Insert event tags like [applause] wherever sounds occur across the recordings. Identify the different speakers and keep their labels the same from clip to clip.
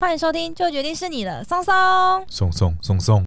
Speaker 1: 欢迎收听《就决定是你了》，松松。
Speaker 2: 送送送送，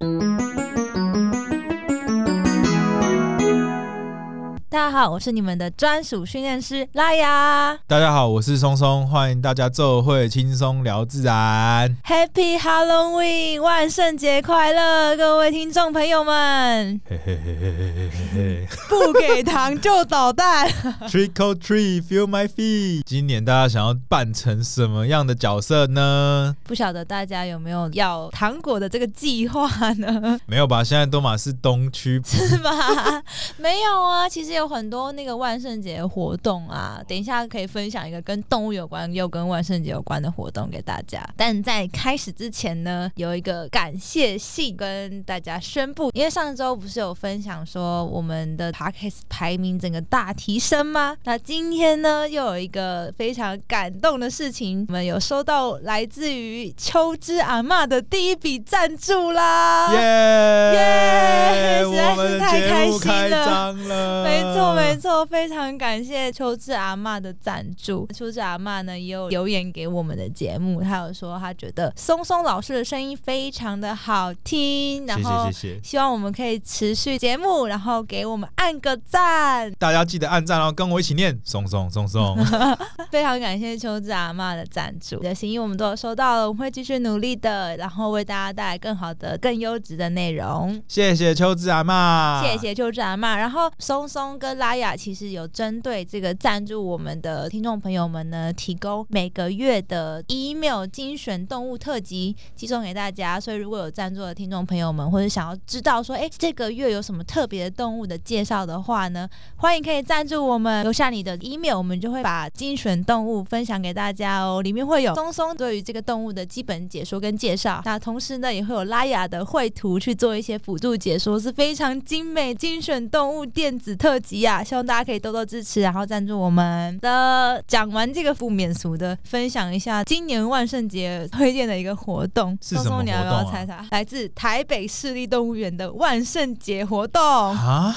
Speaker 1: 大家好，我是你们的专属训练师拉雅。
Speaker 2: 大家好，我是松松，欢迎大家奏会轻松聊自然。
Speaker 1: Happy Halloween，万圣节快乐，各位听众朋友们！
Speaker 2: 嘿嘿嘿嘿嘿嘿嘿
Speaker 1: [laughs] 不给糖就捣蛋。
Speaker 2: 嘿，Trick or treat, feel my feet。今年大家想要扮成什么样的角色呢？
Speaker 1: [laughs] 不晓得大家有没有要糖果的这个计划呢？
Speaker 2: 没有吧？现在都马是东 [laughs] 区，
Speaker 1: 是吧？ [laughs] 没有啊，其实有很多那个万圣节活动啊，等一下可以分享一个跟动物有关又跟万圣节有关的活动给大家。但在开始之前呢，有一个感谢信跟大家宣布，因为上周不是有分享说我们的 p a r k e s 排名整个大提升吗？那今天呢，又有一个非常感动的事情，我们有收到来自于秋之阿嬷的第一笔赞助啦！
Speaker 2: 耶
Speaker 1: 啊耶实在是
Speaker 2: 我们的
Speaker 1: 太开
Speaker 2: 节目
Speaker 1: 心了
Speaker 2: 开张了，
Speaker 1: 没错，没。错，非常感谢秋志阿嬷的赞助。秋志阿嬷呢也有留言给我们的节目，她有说她觉得松松老师的声音非常的好听，然
Speaker 2: 谢
Speaker 1: 后
Speaker 2: 谢谢谢，
Speaker 1: 希望我们可以持续节目，然后给我们按个赞。
Speaker 2: 大家记得按赞哦，跟我一起念松松
Speaker 1: [laughs]
Speaker 2: 松松。
Speaker 1: 非常感谢秋子阿嬷的赞助，你的心意我们都有收到了，我们会继续努力的，然后为大家带来更好的、更优质的内容。
Speaker 2: 谢谢秋子阿妈，
Speaker 1: 谢。谢邱志阿嬷。然后松松跟拉雅其实有针对这个赞助我们的听众朋友们呢，提供每个月的 email 精选动物特辑寄送给大家。所以如果有赞助的听众朋友们，或者想要知道说，哎，这个月有什么特别的动物的介绍的话呢，欢迎可以赞助我们，留下你的 email，我们就会把精选动物分享给大家哦。里面会有松松对于这个动物的基本解说跟介绍，那同时呢也会有拉雅的绘图去做一些辅助解说，是非常精美精选动物电子特辑啊！希望大家可以多多支持，然后赞助我们的。讲完这个不免俗的，分享一下今年万圣节推荐的一个活动，
Speaker 2: 是
Speaker 1: 松
Speaker 2: 什么
Speaker 1: 松你要不
Speaker 2: 活
Speaker 1: 要
Speaker 2: 动啊
Speaker 1: 猜猜？来自台北市立动物园的万圣节活
Speaker 2: [laughs]
Speaker 1: 动。
Speaker 2: 啊！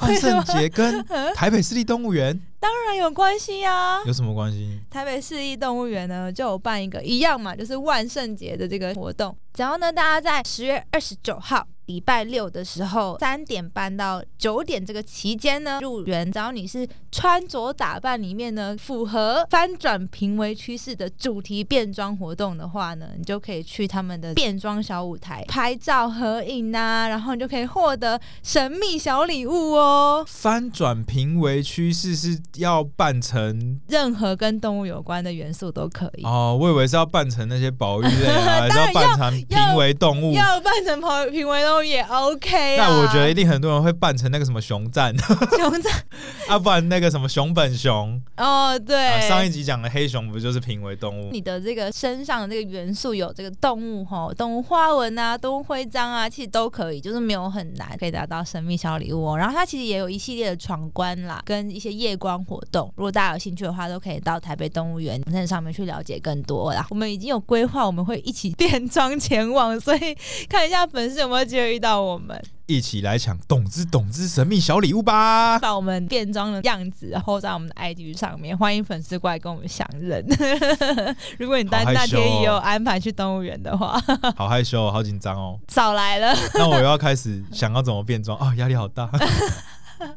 Speaker 2: 万圣节
Speaker 1: [laughs]
Speaker 2: 跟
Speaker 1: 嗯
Speaker 2: 台北市立动物园
Speaker 1: 当然有关系啊呀、
Speaker 2: [laughs] 有什么关系？
Speaker 1: 台北市立动物园呢，就有办一个一样嘛，就是万圣节的这个活动。然后呢，大家在十月二十九号。礼拜六的时候，三点半到九点这个期间呢，入园。只要你是穿着打扮里面呢符合翻转评为趋势的主题变装活动的话呢，你就可以去他们的变装小舞台拍照合影呐、然后你就可以获得神秘小礼物哦。
Speaker 2: 翻转评为趋势是要办成
Speaker 1: 任何跟动物有关的元素都可以。
Speaker 2: 哦，我以为是要办成那些保育类 [laughs] 啊，还是
Speaker 1: 当然
Speaker 2: 要办成评为动物？
Speaker 1: 要扮成跑评委都也 OK 啊。
Speaker 2: 那我觉得一定很多人会办成那个什么熊赞， [laughs]
Speaker 1: 熊仔
Speaker 2: 啊，不然那个什么熊本熊。
Speaker 1: 哦，对，
Speaker 2: 啊、上一集讲的黑熊不就是评为动物？
Speaker 1: 你的这个身上的这个元素有这个动物吼，动物花纹啊，动物徽章啊，其实都可以，就是没有很难，可以拿到神秘小礼物哦。然后它其实也有一系列的闯关啦，跟一些夜光活动，如果大家有兴趣的话，都可以到台北动物园那上面去了解更多啦。我们已经有规划，我们会一起变装前往，所以看一下粉丝有没有机会遇到我们。
Speaker 2: 一起来抢懂之懂之神秘小礼物 [laughs] 吧！
Speaker 1: [laughs] 把我们变装的样子，然后在我们的 IG 上面，欢迎粉丝过来跟我们相认。 [laughs] 如果你当
Speaker 2: 好害
Speaker 1: 那
Speaker 2: 羞
Speaker 1: 天也有
Speaker 2: 哦
Speaker 1: 安排去动物园的话， [laughs]
Speaker 2: 好害羞、哦，好紧张哦。
Speaker 1: 少来了。 [laughs]
Speaker 2: 那我又要开始想要怎么变装哦，压 [laughs] 力好大。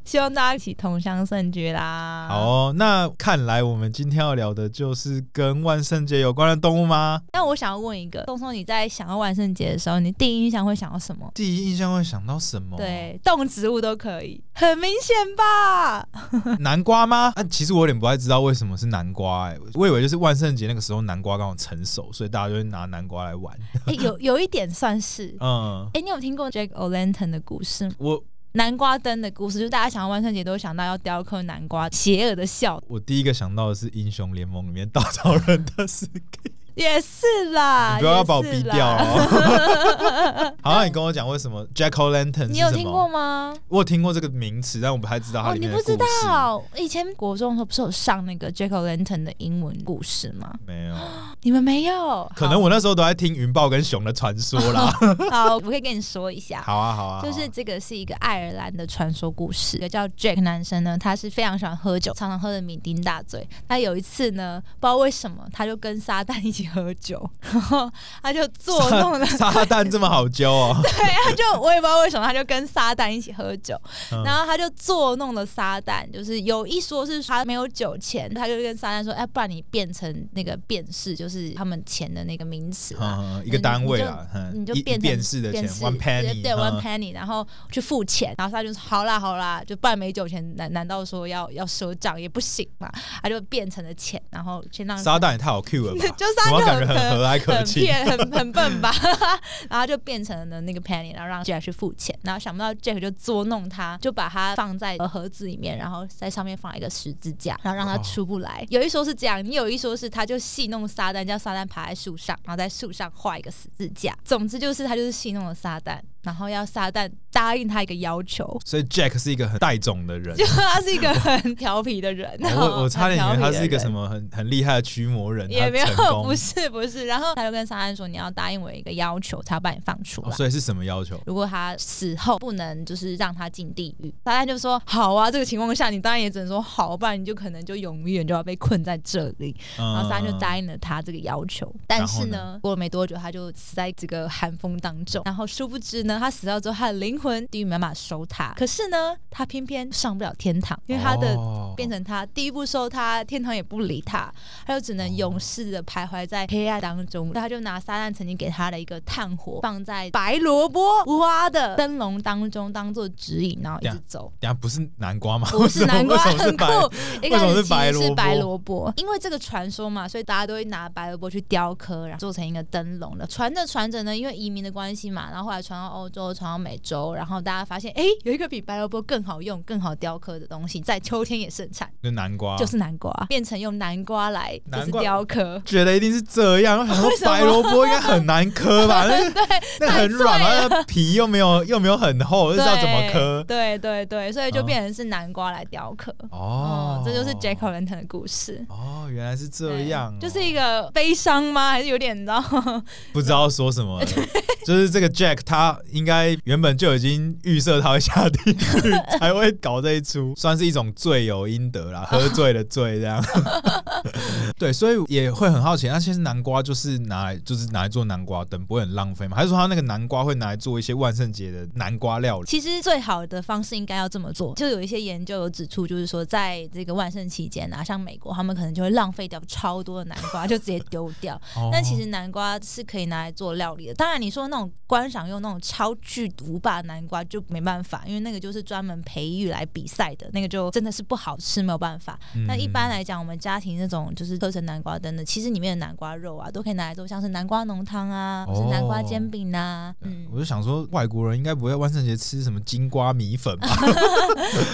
Speaker 1: 希望大家一起同乡胜局啦。
Speaker 2: 好、哦，那看来我们今天要聊的就是跟万圣节有关的动物吗？
Speaker 1: 那我想要问一个，松松，你在想要万圣节的时候，你第一印象会想到什么？
Speaker 2: 第一印象会想到什么？，
Speaker 1: 对，动植物都可以，很明显吧？
Speaker 2: [laughs] 南瓜吗？啊，其实我有点不太知道为什么是南瓜、欸，我以为就是万圣节那个时候南瓜刚好成熟，所以大家就会拿南瓜来玩。
Speaker 1: 诶有有一点算是。
Speaker 2: 嗯，
Speaker 1: 哎、你有听过 Jack O'Lantern 的故事吗？
Speaker 2: 我
Speaker 1: 南瓜灯的故事，就大家想到万圣节都会想到要雕刻南瓜，邪恶的笑
Speaker 2: 我第一个想到的是英雄联盟里面稻草人的事，
Speaker 1: 也是啦，
Speaker 2: 不要把我
Speaker 1: 啊也
Speaker 2: 逼
Speaker 1: 是啦
Speaker 2: 掉哦。 [laughs] 好，那你跟我讲为什么 Jack O' Lantern 是
Speaker 1: 你有
Speaker 2: 什
Speaker 1: 听过
Speaker 2: 么？
Speaker 1: 吗？
Speaker 2: 我有听过这个名词，但我不太知道它
Speaker 1: 哦，
Speaker 2: 里
Speaker 1: 你
Speaker 2: 面的
Speaker 1: 不
Speaker 2: 故事。
Speaker 1: 知道？以前国中的时候不是有上那个 Jack O' Lantern 的英文故事吗？
Speaker 2: 没有，
Speaker 1: 你们没有？
Speaker 2: 可能我那时候都在听云豹跟熊的传说啦。
Speaker 1: [laughs] 好，好我可以跟你说一下。
Speaker 2: [laughs] 好啊，好啊，
Speaker 1: 就是
Speaker 2: 好啊
Speaker 1: 这个是一个爱尔兰的传说故事，一个叫 Jack 男生呢，他是非常喜欢喝酒，常常喝的酩酊大醉。那有一次呢，不知道为什么，他就跟撒旦一起喝酒，然后他就做弄了，
Speaker 2: 撒 [laughs] 撒旦这么好教哦，
Speaker 1: [laughs] 他就我也不知道为什么，他就跟撒旦一起喝酒，
Speaker 2: 嗯
Speaker 1: 然后他就作弄了撒旦，就是有一说是他没有酒钱，他就跟撒旦说，哎，不然你变成那个辨识，就是他们钱的那个名词啦。
Speaker 2: 嗯，一个单位啦，嗯
Speaker 1: 哎你就
Speaker 2: 一
Speaker 1: 变成
Speaker 2: 一便士的
Speaker 1: 辨
Speaker 2: 钱
Speaker 1: 识
Speaker 2: ，one
Speaker 1: 直
Speaker 2: penny，
Speaker 1: 接对，one
Speaker 2: 嗯
Speaker 1: penny，然后去付钱，然后他就说好啦好啦，就不然没酒钱，难难道说要要赊账也不行嘛？他就变成了钱，然后先让
Speaker 2: 撒旦也太好 Q 了吧？
Speaker 1: [laughs] 就撒
Speaker 2: 我
Speaker 1: 旦
Speaker 2: 感觉
Speaker 1: 很
Speaker 2: 很和蔼可
Speaker 1: 很
Speaker 2: 亲，
Speaker 1: 骗，很很笨吧？ [laughs] 然后就变成了那个 Penny，然后让 Jack 去付钱，然后想不到 Jack 就捉弄他，就把他放在呃盒子里面，然后在上面放一个十字架，然后让他出不来。有一说是这样，你有一说是他就戏弄撒旦，叫撒旦爬在树上，然后在树上画一个十字架。总之就是他就是戏弄了撒旦，然后要撒旦答应他一个要求。
Speaker 2: 所以 Jack 是一个很带种的人
Speaker 1: 就。他是一个很调皮的人， [laughs] 然后
Speaker 2: 我我差点以
Speaker 1: 很
Speaker 2: 为
Speaker 1: 调
Speaker 2: 他
Speaker 1: 皮的
Speaker 2: 是一个
Speaker 1: 人
Speaker 2: 什么很很厉害的驱魔人，
Speaker 1: 也
Speaker 2: 他
Speaker 1: 没有
Speaker 2: 成，功
Speaker 1: [laughs] 不是不是。然后他就跟沙安说：“你要答应我一个要求，才要把你放出来。
Speaker 2: 哦所以是什么要求？
Speaker 1: 如果他死后不能就是让他进地狱，沙安就说：“好啊，这个情况下你当然也只能说好，不然你就可能就永远就要被困在这里。”然
Speaker 2: 然
Speaker 1: 后沙安就答应了他这个要求，但
Speaker 2: 嗯然后
Speaker 1: 是
Speaker 2: 呢
Speaker 1: 呢，过了没多久他就死在这个寒风当中。然后殊不知呢，他死掉之后，他的灵魂地狱没办法收他，可是呢，他偏偏上不了天堂，因为他的变
Speaker 2: 成
Speaker 1: 成他地狱不收他，天堂也不理他，他就只能永世的徘徊在黑暗当中。所以他就拿撒旦曾经给他的一个炭火放在白萝卜挖的灯笼当中，当做指引，然后一直走。
Speaker 2: 等下不是南瓜吗？
Speaker 1: 不是南瓜
Speaker 2: [laughs] 为什么
Speaker 1: 很
Speaker 2: 是
Speaker 1: 酷
Speaker 2: 白，
Speaker 1: 一开
Speaker 2: 为什么
Speaker 1: 始
Speaker 2: 是
Speaker 1: 其
Speaker 2: 白
Speaker 1: 实
Speaker 2: 萝
Speaker 1: 是
Speaker 2: 卜
Speaker 1: 白萝卜，因为这个传说嘛，所以大家都会拿白萝卜去雕刻，然后做成一个灯笼的。传着传着呢，因为移民的关系嘛，然后后来传到欧洲，传到美洲，然后大家发现，哎，有一个比白萝卜更好用、更好雕刻的东西，在秋天也盛产。
Speaker 2: 就南瓜，
Speaker 1: 就是南瓜，变成用南瓜来就
Speaker 2: 啊南
Speaker 1: 是
Speaker 2: 瓜
Speaker 1: 雕刻。
Speaker 2: 觉得一定是这样。然后
Speaker 1: 为什么
Speaker 2: 白萝卜应该很难
Speaker 1: [laughs]
Speaker 2: 磕吧？那个那个很
Speaker 1: 太脆了
Speaker 2: 软，然后那个皮又没有又没有很厚，就
Speaker 1: 对
Speaker 2: 知道怎么磕。
Speaker 1: 对对对，所以就
Speaker 2: 嗯
Speaker 1: 变成是南瓜来雕刻。
Speaker 2: 哦
Speaker 1: 哦，，这就是 Jack o l a n t 的故事。
Speaker 2: 哦，原来是这样哦，
Speaker 1: 对就是一个悲伤吗？还是有点你知道？ [laughs]
Speaker 2: 不知道说什么了。就是这个 Jack，他应该原本就已经预设他会下地狱，才会搞这一出， [laughs] 算是一种罪有应
Speaker 1: [laughs]
Speaker 2: 得啦，喝醉了醉这样。 [laughs] 对，所以也会很好奇，那其实南瓜就是拿来就是拿来做南瓜灯，不会很浪费吗？还是说他那个南瓜会拿来做一些万圣节的南瓜料理？
Speaker 1: 其实最好的方式应该要这么做。就有一些研究有指出，就是说在这个万圣期间啊，像美国他们可能就会浪费掉超多的南瓜，就直接丢掉。但其
Speaker 2: 哦
Speaker 1: 实南瓜是可以拿来做料理的。当然，你说那种观赏用那种超巨毒霸南瓜就没办法，因为那个就是专门培育来比赛的，那个就真的是不好吃，没有办法。
Speaker 2: 哦
Speaker 1: 那一
Speaker 2: 嗯
Speaker 1: 般来讲，我们家庭那种就是刻成南瓜灯的，其实里面的南瓜肉啊，都可以拿来做像是南瓜浓汤啊，或是南瓜煎饼啊，嗯，
Speaker 2: 我就想说，外国人应该不会万圣节吃什么金瓜米粉
Speaker 1: [laughs]
Speaker 2: 吧？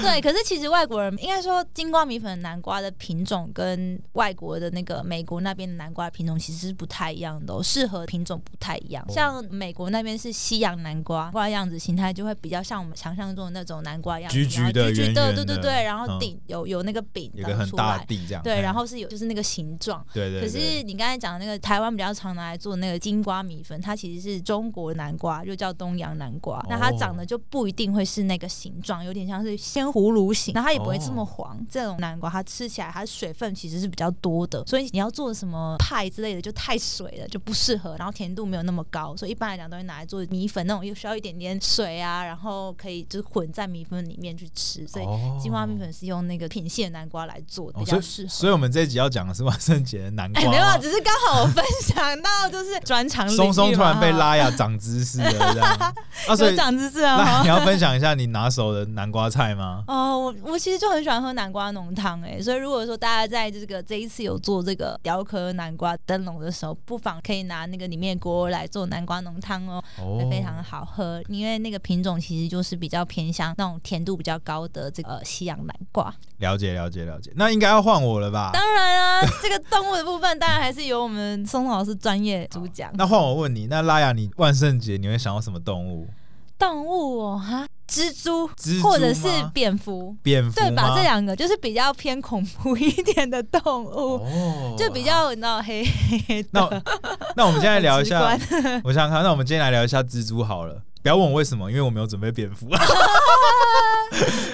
Speaker 1: 对。可是其实外国人应该说，金瓜米粉的南瓜的品种跟外国的那个美国那边的南瓜品种其实是不太一样的、哦，适合品种不太一样。
Speaker 2: 哦
Speaker 1: 像美国那边是西洋南瓜，瓜样子形态就会比较像我们想象中的那种南瓜样子，
Speaker 2: 橘橘
Speaker 1: 然后
Speaker 2: 的
Speaker 1: 橘橘
Speaker 2: 圆
Speaker 1: 的，
Speaker 2: 圆
Speaker 1: 对对
Speaker 2: 的
Speaker 1: 对，然后
Speaker 2: 嗯
Speaker 1: 顶有有那个饼
Speaker 2: 有个
Speaker 1: 长
Speaker 2: 很
Speaker 1: 出
Speaker 2: 大
Speaker 1: 来
Speaker 2: 的，地这样。
Speaker 1: 对，
Speaker 2: 嗯
Speaker 1: 然后是有就是那个形状。
Speaker 2: 对对，
Speaker 1: 可
Speaker 2: 对
Speaker 1: 是你刚才讲的那个台湾比较常拿来做那个金瓜米粉，它其实是中国南瓜，又叫东洋南瓜。那
Speaker 2: 哦
Speaker 1: 它长得就不一定会是那个形状，有点像是鲜葫芦形，然后它也不会这
Speaker 2: 哦
Speaker 1: 么黄。这种南瓜它吃起来它水分其实是比较多的，所以你要做什么派之类的就太水了，就不适合。然后甜度没有那么高，所以一般来讲都会拿来做米粉那种，又需要一点点水啊，然后可以就是混在米粉里面去吃。所以
Speaker 2: 哦
Speaker 1: 金瓜米粉是用那个品系的南瓜来做，
Speaker 2: 哦
Speaker 1: 比较适合。
Speaker 2: 所以我们这一集要讲的是万圣节的南瓜
Speaker 1: 哎， [laughs] 没有啊，
Speaker 2: 哦。
Speaker 1: 只是刚好我分享到就是专长领域嘛
Speaker 2: 松松突然被，拉呀，长知识了
Speaker 1: [laughs]
Speaker 2: 这样。啊，
Speaker 1: 哈
Speaker 2: 所
Speaker 1: 有
Speaker 2: 以
Speaker 1: 长知识啊！
Speaker 2: 那
Speaker 1: 哈
Speaker 2: 你要分享一下你拿手的南瓜菜吗？
Speaker 1: 哦，我我其实就很喜欢喝南瓜浓汤哎，所以如果说大家在这个这一次有做这个雕刻南瓜灯笼的时候，不妨可以拿那个里面的锅来做南瓜浓汤哦，
Speaker 2: 哦
Speaker 1: 会非常好喝，因为那个品种其实就是比较偏向那种甜度比较高的这个呃西洋南瓜。
Speaker 2: 了解了解了解。那应该要换我了吧？
Speaker 1: 当然啊，这个动物的部分当然还是由我们松松老师专业主讲。
Speaker 2: 那换我问你，那拉雅，你万圣节你会想到什么动物？
Speaker 1: 动物哦哈，蜘蛛，
Speaker 2: 蜘蛛
Speaker 1: 或者是
Speaker 2: 吗
Speaker 1: 蝙蝠，
Speaker 2: 蝙蝠
Speaker 1: 对吧？
Speaker 2: 吗
Speaker 1: 这两个就是比较偏恐怖一点的动物，
Speaker 2: 哦
Speaker 1: [laughs] 就比较你知道黑 [laughs] 黑的。
Speaker 2: 那那我们现在聊一下，
Speaker 1: [laughs] 很
Speaker 2: [laughs] 我想想看，那我们今天来聊一下蜘蛛好了。不要问我为什么，因为我没有准备蝙蝠。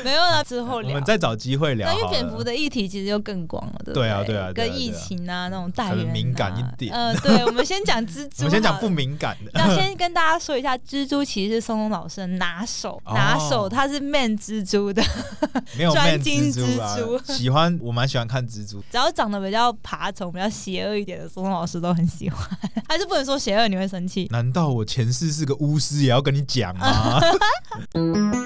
Speaker 1: 没有了，之后
Speaker 2: [laughs] 我
Speaker 1: 聊
Speaker 2: 们。再找机会聊
Speaker 1: 那因为
Speaker 2: 好
Speaker 1: 蝙蝠
Speaker 2: 了。
Speaker 1: 的议题其实就更广了，对不
Speaker 2: 对
Speaker 1: 对
Speaker 2: 啊对啊对啊
Speaker 1: 跟疫情啊那种带
Speaker 2: 可能
Speaker 1: 源、啊、
Speaker 2: 敏感一点
Speaker 1: 呃，对，我们先讲蜘蛛好了。
Speaker 2: 我们先讲不敏感的， [laughs]
Speaker 1: 那先跟大家说一下，蜘蛛其实是松松老师的拿手，
Speaker 2: 哦
Speaker 1: 拿手他是 man 蜘蛛的，
Speaker 2: 没有
Speaker 1: 专
Speaker 2: man
Speaker 1: 精
Speaker 2: 蜘蛛啊
Speaker 1: 蜘，
Speaker 2: 喜欢我蛮喜欢看蜘蛛，
Speaker 1: 只要长得比较爬虫、比较邪恶一点的，松松老师都很喜欢。 [laughs] 还是不能说邪恶，你会生气。
Speaker 2: 难道我前世是个巫师也要跟你讲吗？ [laughs]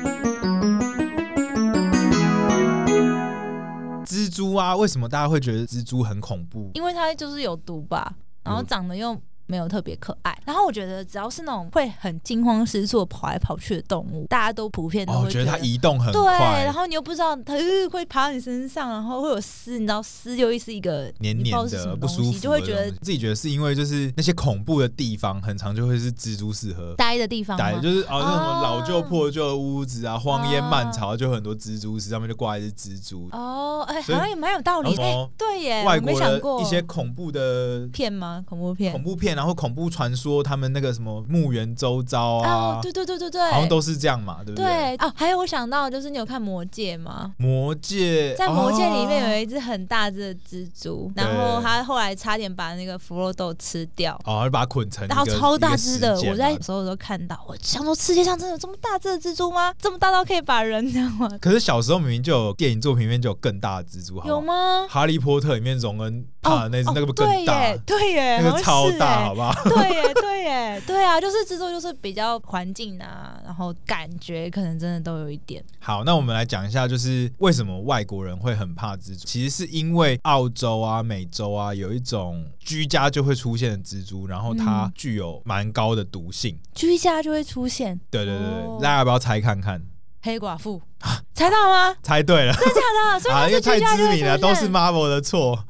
Speaker 2: 蜘蛛啊，为什么大家会觉得蜘蛛很恐怖？
Speaker 1: 因为它就是有毒吧，然后
Speaker 2: 嗯
Speaker 1: 长得又没有特别可爱。然后我觉得只要是那种会很惊慌失措跑来跑去的动物，大家都普遍都
Speaker 2: 哦，
Speaker 1: 会
Speaker 2: 觉
Speaker 1: 觉
Speaker 2: 得它移动很
Speaker 1: 对，然
Speaker 2: 快，
Speaker 1: 后你又不知道它、呃、会爬到你身上，然后会有丝，你知道丝又是一个
Speaker 2: 黏
Speaker 1: 你不知道
Speaker 2: 黏
Speaker 1: 是什
Speaker 2: 的
Speaker 1: 么
Speaker 2: 不
Speaker 1: 东
Speaker 2: 舒
Speaker 1: 西，
Speaker 2: 服，
Speaker 1: 就会觉得
Speaker 2: 自己觉得是因为就是那些恐怖的地方，很常就会是蜘蛛适合。
Speaker 1: 呆的地方
Speaker 2: 逮
Speaker 1: 吗？
Speaker 2: 就是哦，那种
Speaker 1: 啊
Speaker 2: 老旧破旧的屋子啊，荒烟漫草，就很多蜘蛛丝，上面就挂一只蜘蛛。
Speaker 1: 哦，哎、
Speaker 2: 所以
Speaker 1: 好像也蛮有道理。
Speaker 2: 然后
Speaker 1: 哎、
Speaker 2: 什么
Speaker 1: 对耶，
Speaker 2: 外
Speaker 1: 我没
Speaker 2: 国
Speaker 1: 想
Speaker 2: 的
Speaker 1: 过哎
Speaker 2: 一些恐怖的
Speaker 1: 片吗？恐怖片？
Speaker 2: 恐怖片，然后恐怖传说，他们那个什么墓园周遭
Speaker 1: 哦
Speaker 2: 啊，，
Speaker 1: 对对对对对，
Speaker 2: 好像都是这样嘛，对不对？
Speaker 1: 对哦。还有我想到就是你有看《魔戒》吗？
Speaker 2: 魔戒啊
Speaker 1: 在《魔戒》里面
Speaker 2: 有
Speaker 1: 有一只很大只的蜘蛛，
Speaker 2: 哦对
Speaker 1: 然后它后来差点把那个福肉豆吃掉。
Speaker 2: 哦，还把它捆成一个
Speaker 1: 然后超大只的，我在
Speaker 2: 一个事件啊
Speaker 1: 所有都看到，我想说世界上真的有这么大只的蜘蛛吗？这么大到可以把人这样吗？
Speaker 2: 可是小时候明明就有电影作品里面就有更大的蜘蛛，好不好
Speaker 1: 有？吗？
Speaker 2: 哈利波特里面荣恩
Speaker 1: 哦
Speaker 2: 啊，那只
Speaker 1: 哦
Speaker 2: 那个
Speaker 1: 对
Speaker 2: 更大
Speaker 1: 耶，，对耶，
Speaker 2: 那个
Speaker 1: 好
Speaker 2: 超
Speaker 1: 像是
Speaker 2: 大，
Speaker 1: 耶
Speaker 2: 好不好？
Speaker 1: 对耶，对耶，对啊，就是制作就是比较环境啊，然后感觉可能真的都有一点。
Speaker 2: 好，那我们来讲一下，就是为什么外国人会很怕蜘蛛？其实是因为澳洲啊、美洲啊有一种居家就会出现的蜘蛛，然后它
Speaker 1: 嗯
Speaker 2: 具有蛮高的毒性。
Speaker 1: 居家就会出现
Speaker 2: 对对对对
Speaker 1: 哦
Speaker 2: 大家要不要猜看看？
Speaker 1: 黑寡妇，
Speaker 2: 啊
Speaker 1: 猜到吗？
Speaker 2: 猜对了
Speaker 1: 真的假的？
Speaker 2: [laughs]
Speaker 1: 所以
Speaker 2: 啊，
Speaker 1: 它
Speaker 2: 因
Speaker 1: 是
Speaker 2: 为太
Speaker 1: 居家就
Speaker 2: 知
Speaker 1: 会
Speaker 2: 名了，
Speaker 1: 出
Speaker 2: 都是
Speaker 1: 现。
Speaker 2: Marvel 的错。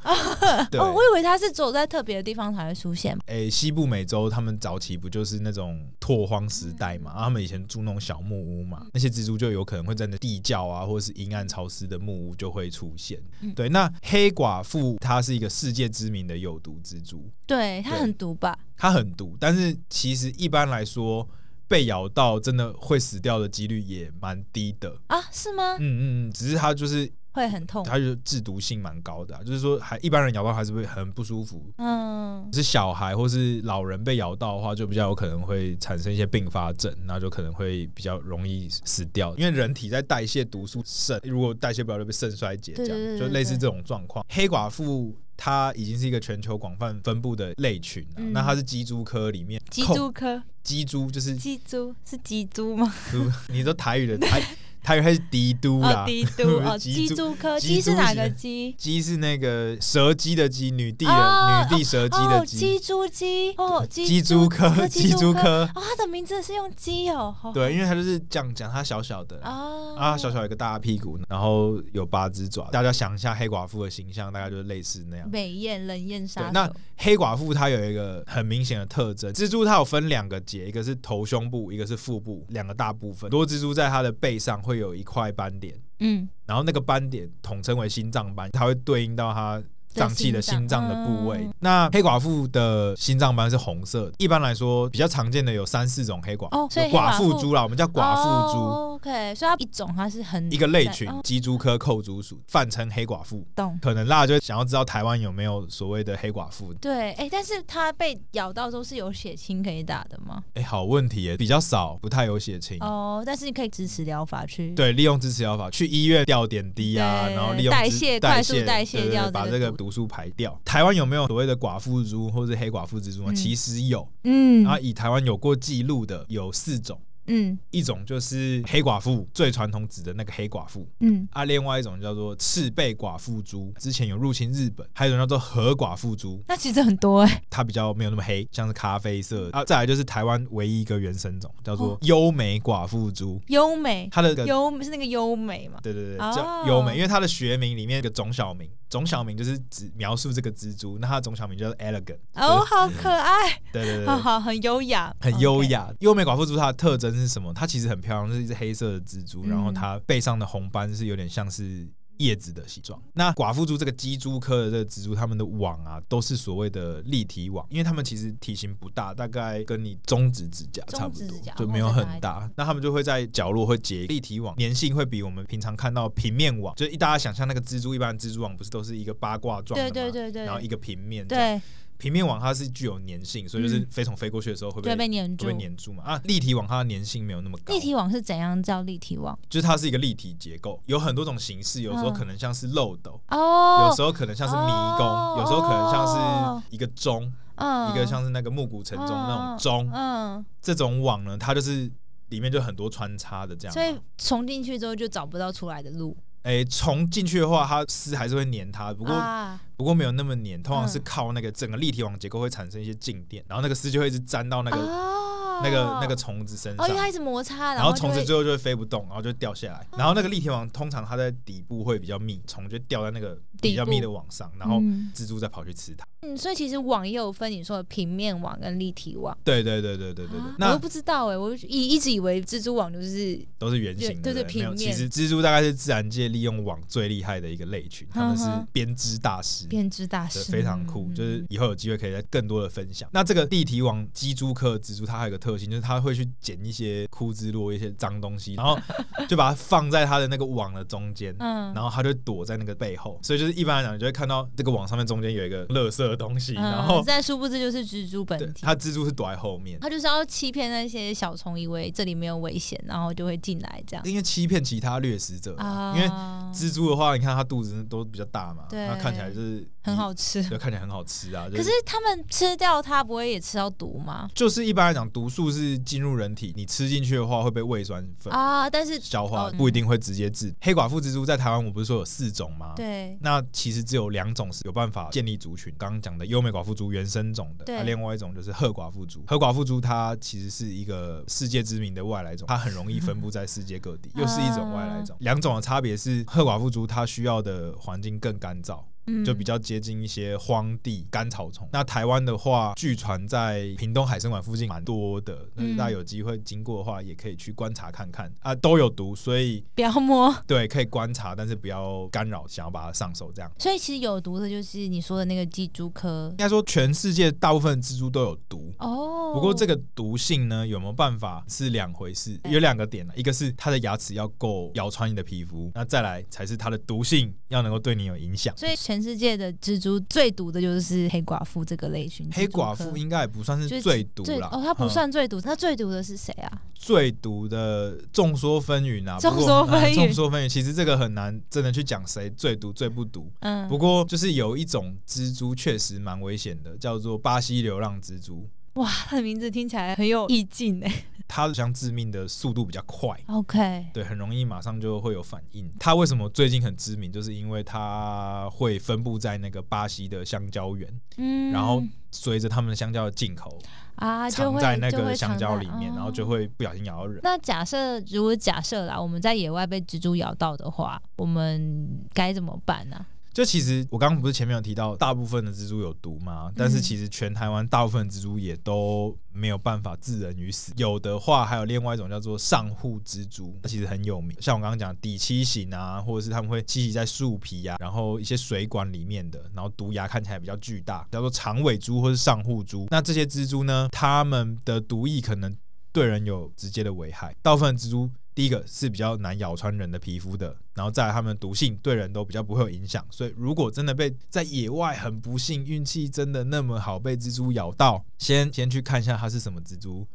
Speaker 1: [laughs]
Speaker 2: 对，
Speaker 1: 哦，我以为它是走在特别的地方才会出现。
Speaker 2: 诶、西部美洲他们早期不就是那种拓荒时代嘛？啊他们以前住那种小木屋嘛，那些蜘蛛就有可能会在那地窖啊，或者是阴暗潮湿的木屋就会出现。
Speaker 1: 嗯
Speaker 2: 对，那黑寡妇它是一个世界知名的有毒蜘蛛，
Speaker 1: 对，它很毒吧？
Speaker 2: 它很毒，但是其实一般来说。被咬到真的会死掉的几率也蛮低的，
Speaker 1: 啊，是吗
Speaker 2: 嗯？嗯嗯，只是它就是
Speaker 1: 会很痛。
Speaker 2: 它就是制毒性蛮高的啊、就是说还一般人咬到还是会很不舒服，
Speaker 1: 嗯，
Speaker 2: 是小孩或是老人被咬到的话，就比较有可能会产生一些并发症，那就可能会比较容易死掉。因为人体在代谢毒素，肾如果代谢不了就被肾衰竭，这
Speaker 1: 对对
Speaker 2: 样
Speaker 1: 对
Speaker 2: 就
Speaker 1: 对
Speaker 2: 类似这种状况。黑寡妇。它已经是一个全球广泛分布的类群了、
Speaker 1: 嗯
Speaker 2: 那它是鸡猪科里面
Speaker 1: 鸡
Speaker 2: 控
Speaker 1: 猪科，
Speaker 2: 鸡猪就是
Speaker 1: 鸡猪是鸡猪吗？
Speaker 2: [laughs] 你说台语的
Speaker 1: [laughs]
Speaker 2: 台台语还是迪都
Speaker 1: 哦
Speaker 2: 啦，，
Speaker 1: 低
Speaker 2: [laughs]
Speaker 1: 毒哦，
Speaker 2: 鸡
Speaker 1: 鸡
Speaker 2: 猪
Speaker 1: 猪科，
Speaker 2: 鸡
Speaker 1: 鸡
Speaker 2: 猪
Speaker 1: 是哪
Speaker 2: 是
Speaker 1: 个鸡？
Speaker 2: 鸡是那个蛇鸡的鸡，女帝的、
Speaker 1: 哦
Speaker 2: 女帝蛇鸡
Speaker 1: 哦
Speaker 2: 的，鸡，
Speaker 1: 鸡猪鸡哦，
Speaker 2: [laughs] 鸡猪科
Speaker 1: 鸡
Speaker 2: 鸡猪
Speaker 1: 猪
Speaker 2: 科，
Speaker 1: 哦，它的名字是用鸡哦，好
Speaker 2: [laughs] 对，因为它就是这样讲，它小小的啦
Speaker 1: 哦
Speaker 2: 啊，小小有一个大屁股，然后有八只爪。大家想一下黑寡妇的形象，大概就是类似那样。
Speaker 1: 美艳冷艳
Speaker 2: 对
Speaker 1: 杀，
Speaker 2: 那
Speaker 1: 手，
Speaker 2: 黑寡妇它有一个很明显的特征，蜘蛛它有分两个节，一个是头胸部，一个是腹部，两个大部分。很多蜘蛛在它的背上会有一块斑点，
Speaker 1: 嗯，
Speaker 2: 然后那个斑点统称为心脏斑，它会对应到它
Speaker 1: 对
Speaker 2: 脏器的心
Speaker 1: 心脏
Speaker 2: 脏的部位
Speaker 1: 嗯。
Speaker 2: 那黑寡妇的心脏斑是红色的，一般来说比较常见的有三四种黑寡
Speaker 1: 哦所以
Speaker 2: 有
Speaker 1: 黑
Speaker 2: 寡
Speaker 1: 寡
Speaker 2: 妇
Speaker 1: 妇
Speaker 2: 猪啦，我们叫寡妇猪。
Speaker 1: 哦，OK，所以它一种它是很
Speaker 2: 一个类群
Speaker 1: 哦，
Speaker 2: 鸡猪科扣竹属，泛称黑寡妇。
Speaker 1: 懂。
Speaker 2: 可能大家就会想要知道台湾有没有所谓的黑寡妇？
Speaker 1: 对，哎、但是它被咬到之后是有血清可以打的吗？
Speaker 2: 哎、好问题耶，比较少，不太有血清。
Speaker 1: 哦，但是你可以支持疗法去。
Speaker 2: 对，利用支持疗法去医院吊点滴啊，
Speaker 1: 对
Speaker 2: 然后利用
Speaker 1: 代
Speaker 2: 支
Speaker 1: 谢
Speaker 2: 代
Speaker 1: 快
Speaker 2: 谢
Speaker 1: 速代谢
Speaker 2: 对对对
Speaker 1: 掉这
Speaker 2: 把
Speaker 1: 个
Speaker 2: 这个
Speaker 1: 毒
Speaker 2: 毒素排掉。台湾有没有所谓的寡妇猪或是黑寡妇蜘蛛呢？
Speaker 1: 嗯
Speaker 2: 其实有，
Speaker 1: 嗯
Speaker 2: 然后以台湾有过记录的有四种，
Speaker 1: 嗯
Speaker 2: 一种就是黑寡妇，最传统指的那个黑寡妇，
Speaker 1: 嗯，
Speaker 2: 啊，另外一种叫做赤背寡妇猪，之前有入侵日本，还有一种叫做和寡妇猪，
Speaker 1: 那其实很多哎、
Speaker 2: 它比较没有那么黑，像是咖啡色啊。再来就是台湾唯一一个原生种，叫做优美寡妇猪，
Speaker 1: 优美，
Speaker 2: 它的个
Speaker 1: 优美是那个优美嘛？
Speaker 2: 对对对
Speaker 1: 哦
Speaker 2: 叫优美，因为它的学名里面有个种小名，种小名就是指描述这个蜘蛛，那它的种小名叫做 elegant，
Speaker 1: 哦，好可爱，
Speaker 2: 对对对
Speaker 1: 好
Speaker 2: 对。
Speaker 1: 好，很优雅，
Speaker 2: 很优雅。优美寡妇猪它的特征是什么？它其实很漂亮，就是一只黑色的蜘蛛，
Speaker 1: 嗯
Speaker 2: 然后它背上的红斑是有点像是叶子的形状。那寡妇蛛这个鸡蛛科的这个蜘蛛，它们的网啊都是所谓的立体网，因为它们其实体型不大，大概跟你中指指甲差不
Speaker 1: 中指
Speaker 2: 多
Speaker 1: 指甲，
Speaker 2: 就没有很大。那它们就会在角落会结立体网，粘性会比我们平常看到平面网，就是一大家想象那个蜘蛛，一般蜘蛛网不是都是一个八卦状的
Speaker 1: 对
Speaker 2: 吗？
Speaker 1: 对对对
Speaker 2: 然后一个平面，，
Speaker 1: 对，
Speaker 2: 平面网它是具有粘性，所以就是
Speaker 1: 嗯
Speaker 2: 飞虫飞过去的时候会
Speaker 1: 就会
Speaker 2: 被
Speaker 1: 被粘住
Speaker 2: 会。被粘住嘛。啊，立体网它的粘性没有那么高，
Speaker 1: 立体网是怎样叫立体网？
Speaker 2: 就是它是一个立体结构，有很多种形式，有时候
Speaker 1: 嗯
Speaker 2: 可能像是漏斗，
Speaker 1: 哦，
Speaker 2: 有时候可能像是迷宫，
Speaker 1: 哦
Speaker 2: 有时候可能像是一个钟，
Speaker 1: 嗯
Speaker 2: 一个像是那个暮鼓晨钟那种钟。
Speaker 1: 嗯，
Speaker 2: 这啊种网呢，它就是里面就很多穿插的这样嘛。
Speaker 1: 所以冲进去之后就找不到出来的路。
Speaker 2: 诶，虫进去的话，它丝还是会粘它，不过、
Speaker 1: 啊，
Speaker 2: 不过没有那么粘，通常是
Speaker 1: 嗯
Speaker 2: 靠那个整个立体网结构会产生一些静电，然后那个丝就会一直粘到那个、
Speaker 1: 哦
Speaker 2: 那个那个虫子身上。
Speaker 1: 哦，因为它一直摩擦，
Speaker 2: 然
Speaker 1: 后
Speaker 2: 后
Speaker 1: 就
Speaker 2: 虫子
Speaker 1: 会
Speaker 2: 最后就会飞不动，然后就掉下来。然后那个立体网通常它在底部会比较密，虫就掉在那个比较密的网上，然后
Speaker 1: 嗯
Speaker 2: 蜘蛛再跑去吃它。
Speaker 1: 嗯，所以其实网也有分你说的平面网跟立体网。
Speaker 2: 对对对对对对对
Speaker 1: 啊，我
Speaker 2: 那
Speaker 1: 都不知道哎，我一一直以为蜘蛛网就是
Speaker 2: 都是圆形的，
Speaker 1: 对对
Speaker 2: 对不没有。
Speaker 1: 平面
Speaker 2: 其实蜘蛛大概是自然界利用网最厉害的一个类群，他们是
Speaker 1: 嗯哼
Speaker 2: 编织大师。
Speaker 1: 编织大
Speaker 2: 对
Speaker 1: 师，
Speaker 2: 非常酷，
Speaker 1: 嗯
Speaker 2: 就是以后有机会可以再更多的分享。那这个立体网鸡蛛科的蜘蛛，它还有一个特性，就是它会去捡一些枯枝落叶、一些脏东西，然后就把它放在它的那个网的中间，
Speaker 1: 嗯，
Speaker 2: 然后它就躲在那个背后，所以就是一般来讲，你就会看到这个网上面中间有一个垃圾的东西，
Speaker 1: 嗯
Speaker 2: 然后
Speaker 1: 但殊不知就是蜘蛛
Speaker 2: 对
Speaker 1: 本体。
Speaker 2: 它蜘蛛是躲在后面，
Speaker 1: 它就是要欺骗那些小虫，以为这里没有危险，然后就会进来这样
Speaker 2: 因为欺骗其他掠食者啊、
Speaker 1: 啊。
Speaker 2: 因为蜘蛛的话，你看它肚子都比较大嘛，
Speaker 1: 对
Speaker 2: 它看起来就是
Speaker 1: 很，好吃，
Speaker 2: 对，看起来很好吃啊。就
Speaker 1: 可是他们吃掉它，不会也吃到毒吗？
Speaker 2: 就是一般来讲，毒素是进入人体，你吃进去的话会被胃酸分、
Speaker 1: 啊，但是
Speaker 2: 消化，
Speaker 1: 哦嗯
Speaker 2: 不一定会直接致。黑寡妇蜘蛛在台湾，我不是说有四种吗？
Speaker 1: 对，
Speaker 2: 那其实只有两种是有办法建立族群，刚刚讲的优美寡妇蛛原生种的，
Speaker 1: 对
Speaker 2: 啊另外一种就是褐寡妇蛛。褐寡妇蛛它其实是一个世界知名的外来种，它很容易分布在世界各地，
Speaker 1: 嗯
Speaker 2: 又是一种外来种。两种的差别是，褐寡妇蛛它需要的环境更干燥。
Speaker 1: 嗯
Speaker 2: 就比较接近一些荒地干草丛。那台湾的话，据传在屏东海参馆附近蛮多的，那
Speaker 1: 嗯
Speaker 2: 大家有机会经过的话，也可以去观察看看啊，都有毒，所以
Speaker 1: 不要摸。
Speaker 2: 对可以观察，但是不要干扰，想要把它上手这样。
Speaker 1: 所以其实有毒的就是你说的那个寄蛛科
Speaker 2: 应该说，全世界大部分的蜘蛛都有毒。
Speaker 1: 哦。
Speaker 2: 不过这个毒性呢，有没有办法是两回事，有两个点啊一个是它的牙齿要够咬穿你的皮肤，那再来才是它的毒性要能够对你有
Speaker 1: [laughs]
Speaker 2: 影响。
Speaker 1: 所以全世界的蜘蛛最毒的就是黑寡妇这个类群。
Speaker 2: 黑寡妇应该也不算
Speaker 1: 就是
Speaker 2: 最毒
Speaker 1: 最
Speaker 2: 啦，
Speaker 1: 哦，它不
Speaker 2: 嗯
Speaker 1: 算最毒，那最毒的是谁啊？
Speaker 2: 最毒的众说纷纭啊，
Speaker 1: 众说纷纭
Speaker 2: 不过哎众说纷纭。其实这个很难真的去讲谁最毒最不毒。
Speaker 1: 嗯，
Speaker 2: 不过就是有一种蜘蛛确实蛮危险的，叫做巴西流浪蜘蛛，
Speaker 1: 哇，它的名字听起来很有意境哎。
Speaker 2: 它好像致命的速度比较快。
Speaker 1: [laughs] OK，
Speaker 2: 对，很容易马上就会有反应。它为什么最近很知名？就是因为它会分布在那个巴西的香蕉园，
Speaker 1: 嗯，
Speaker 2: 然后随着他们的香蕉的进口，
Speaker 1: 啊，就
Speaker 2: 藏
Speaker 1: 会
Speaker 2: 在那
Speaker 1: 就
Speaker 2: 个
Speaker 1: 会
Speaker 2: 香
Speaker 1: 藏
Speaker 2: 蕉
Speaker 1: 在
Speaker 2: 里面，然后就
Speaker 1: 哦
Speaker 2: 会不小心咬到人。
Speaker 1: 那假设如果假设啦，我们在野外被蜘蛛咬到的话，我们该怎么办呢、
Speaker 2: 就其实我刚刚不是前面有提到，大部分的蜘蛛有毒吗？但是其实全台湾大部分的蜘蛛也都没有办法置人于死。有的话，还有另外一种叫做上户蜘蛛，它其实很有名。像我刚刚讲底栖型啊，或者是他们会栖息在树皮啊，然后一些水管里面的，然后毒牙看起来比较巨大，叫做长尾蛛或是上户蛛。那这些蜘蛛呢，它们的毒液可能对人有直接的危害。大部分蜘蛛第一个是比较难咬穿人的皮肤的，然后再来它们毒性对人都比较不会有影响。所以如果真的被在野外很不幸运气真的那么好被蜘蛛咬到，先先去看一下它是什么蜘蛛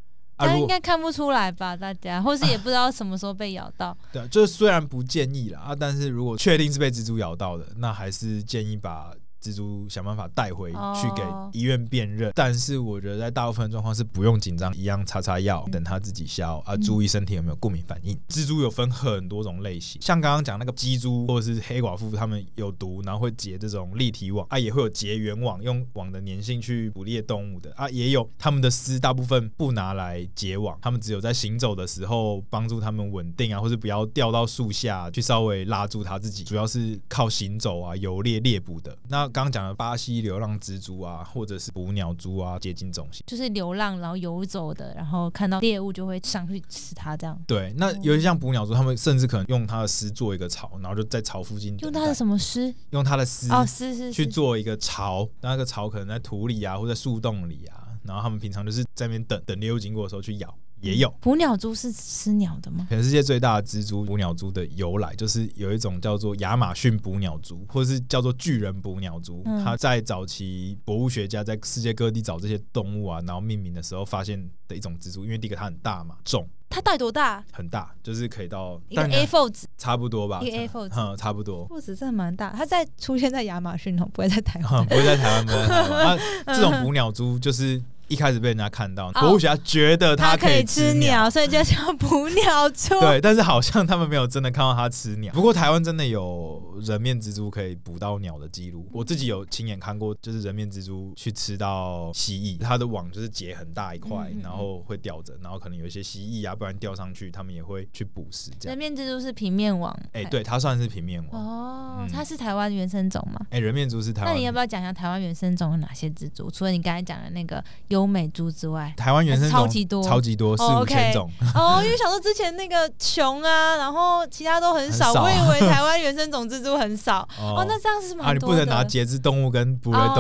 Speaker 1: 大
Speaker 2: 啊。
Speaker 1: 家
Speaker 2: 如
Speaker 1: 应
Speaker 2: 果
Speaker 1: 该看不出来吧？大家，或是也不知道什么时候被咬到。
Speaker 2: 对啊，就是虽然不建议啦啊，但是如果确定是被蜘蛛咬到的，那还是建议把。蜘蛛想办法带回去给
Speaker 1: 哦
Speaker 2: 医院辨认但是我觉得在大部分状况是不用紧张，一样擦擦药，等它自己消啊，
Speaker 1: 嗯
Speaker 2: 注意身体有没有过敏反应。蜘蛛有分很多种类型，像刚刚讲那个鸡蛛或者是黑寡妇，它们有毒，然后会结这种立体网啊，也会有结缘网，用网的粘性去捕猎动物的啊，也有它们的丝大部分不拿来结网，它们只有在行走的时候帮助它们稳定啊，或是不要啊掉到树下去稍微拉住它自己，主要是靠行走啊、游猎猎捕的。那刚刚讲的巴西流浪蜘蛛啊，或者是捕鸟蛛啊，接近这种型。
Speaker 1: 就是流浪然后游走的，然后看到猎物就会上去吃它，这样
Speaker 2: 对，那有些像捕鸟蛛，他们甚至可能用它的丝做一个巢，然后就在巢附近
Speaker 1: 用
Speaker 2: 等
Speaker 1: 它
Speaker 2: 待
Speaker 1: 的什么诗？
Speaker 2: 用它的丝
Speaker 1: 哦，是是
Speaker 2: 去
Speaker 1: 是，
Speaker 2: 做一个巢，那个巢可能在土里啊，或在树洞里啊，然后他们平常就是在那边等等猎物经过的时候去咬，也有。
Speaker 1: 捕鸟蛛是吃鸟的吗？
Speaker 2: 全世界最大的蜘蛛捕鸟蛛的由来，就是有一种叫做亚马逊捕鸟蛛，或是叫做巨人捕鸟蛛。
Speaker 1: 嗯
Speaker 2: 它在早期博物学家在世界各地找这些动物啊，然后命名的时候发现的一种蜘蛛，因为第一个它很大嘛，重
Speaker 1: 它到底多大？
Speaker 2: 很大，就是可以到
Speaker 1: 一个
Speaker 2: 大概
Speaker 1: A4 纸，
Speaker 2: 差不多吧，
Speaker 1: 一个 A4 纸
Speaker 2: 嗯，差不多。
Speaker 1: 纸真的蛮大。它在出现在亚马逊哦，不会在台
Speaker 2: [laughs]
Speaker 1: 湾。
Speaker 2: 嗯不会在台湾，不会在台湾。那这种捕鸟蛛就是一开始被人家看到，
Speaker 1: 哦
Speaker 2: 博物学家觉得它
Speaker 1: 可以
Speaker 2: 吃
Speaker 1: 吃鸟，所以就叫捕鸟蛛。
Speaker 2: [laughs] 对，但是好像他们没有真的看到它吃鸟。不过台湾真的有人面蜘蛛可以捕到鸟的记录，我自己有亲眼看过，就是人面蜘蛛去吃到蜥蜴，它的网就是结很大一块，
Speaker 1: 嗯嗯嗯
Speaker 2: 然后会吊着，然后可能有一些蜥蜴啊，不然吊上去，他们也会去捕食这
Speaker 1: 人
Speaker 2: 样。
Speaker 1: 面蜘蛛是平面网。
Speaker 2: 哎、对，它算是平面网。
Speaker 1: 哦
Speaker 2: 嗯，
Speaker 1: 它是台湾原生种吗？
Speaker 2: 哎、人面蛛是台
Speaker 1: 那
Speaker 2: 湾，
Speaker 1: 你要不要讲一下台湾原生种有哪些蜘蛛？除了你刚才讲的那个优美蛛之外
Speaker 2: [laughs] 台湾原生种
Speaker 1: 超级多
Speaker 2: 超级多，四
Speaker 1: 哦
Speaker 2: 五
Speaker 1: ，OK [laughs]
Speaker 2: 千种。
Speaker 1: 哦，因为想说之前那个熊啊，然后其他都很少，
Speaker 2: 很少
Speaker 1: 我以为台湾原生种蜘蛛很
Speaker 2: [laughs]
Speaker 1: 少。哦，那这样是
Speaker 2: 啊，
Speaker 1: 蛮
Speaker 2: 你
Speaker 1: 多
Speaker 2: 不
Speaker 1: 的。
Speaker 2: 能拿节肢动物跟哺乳类动物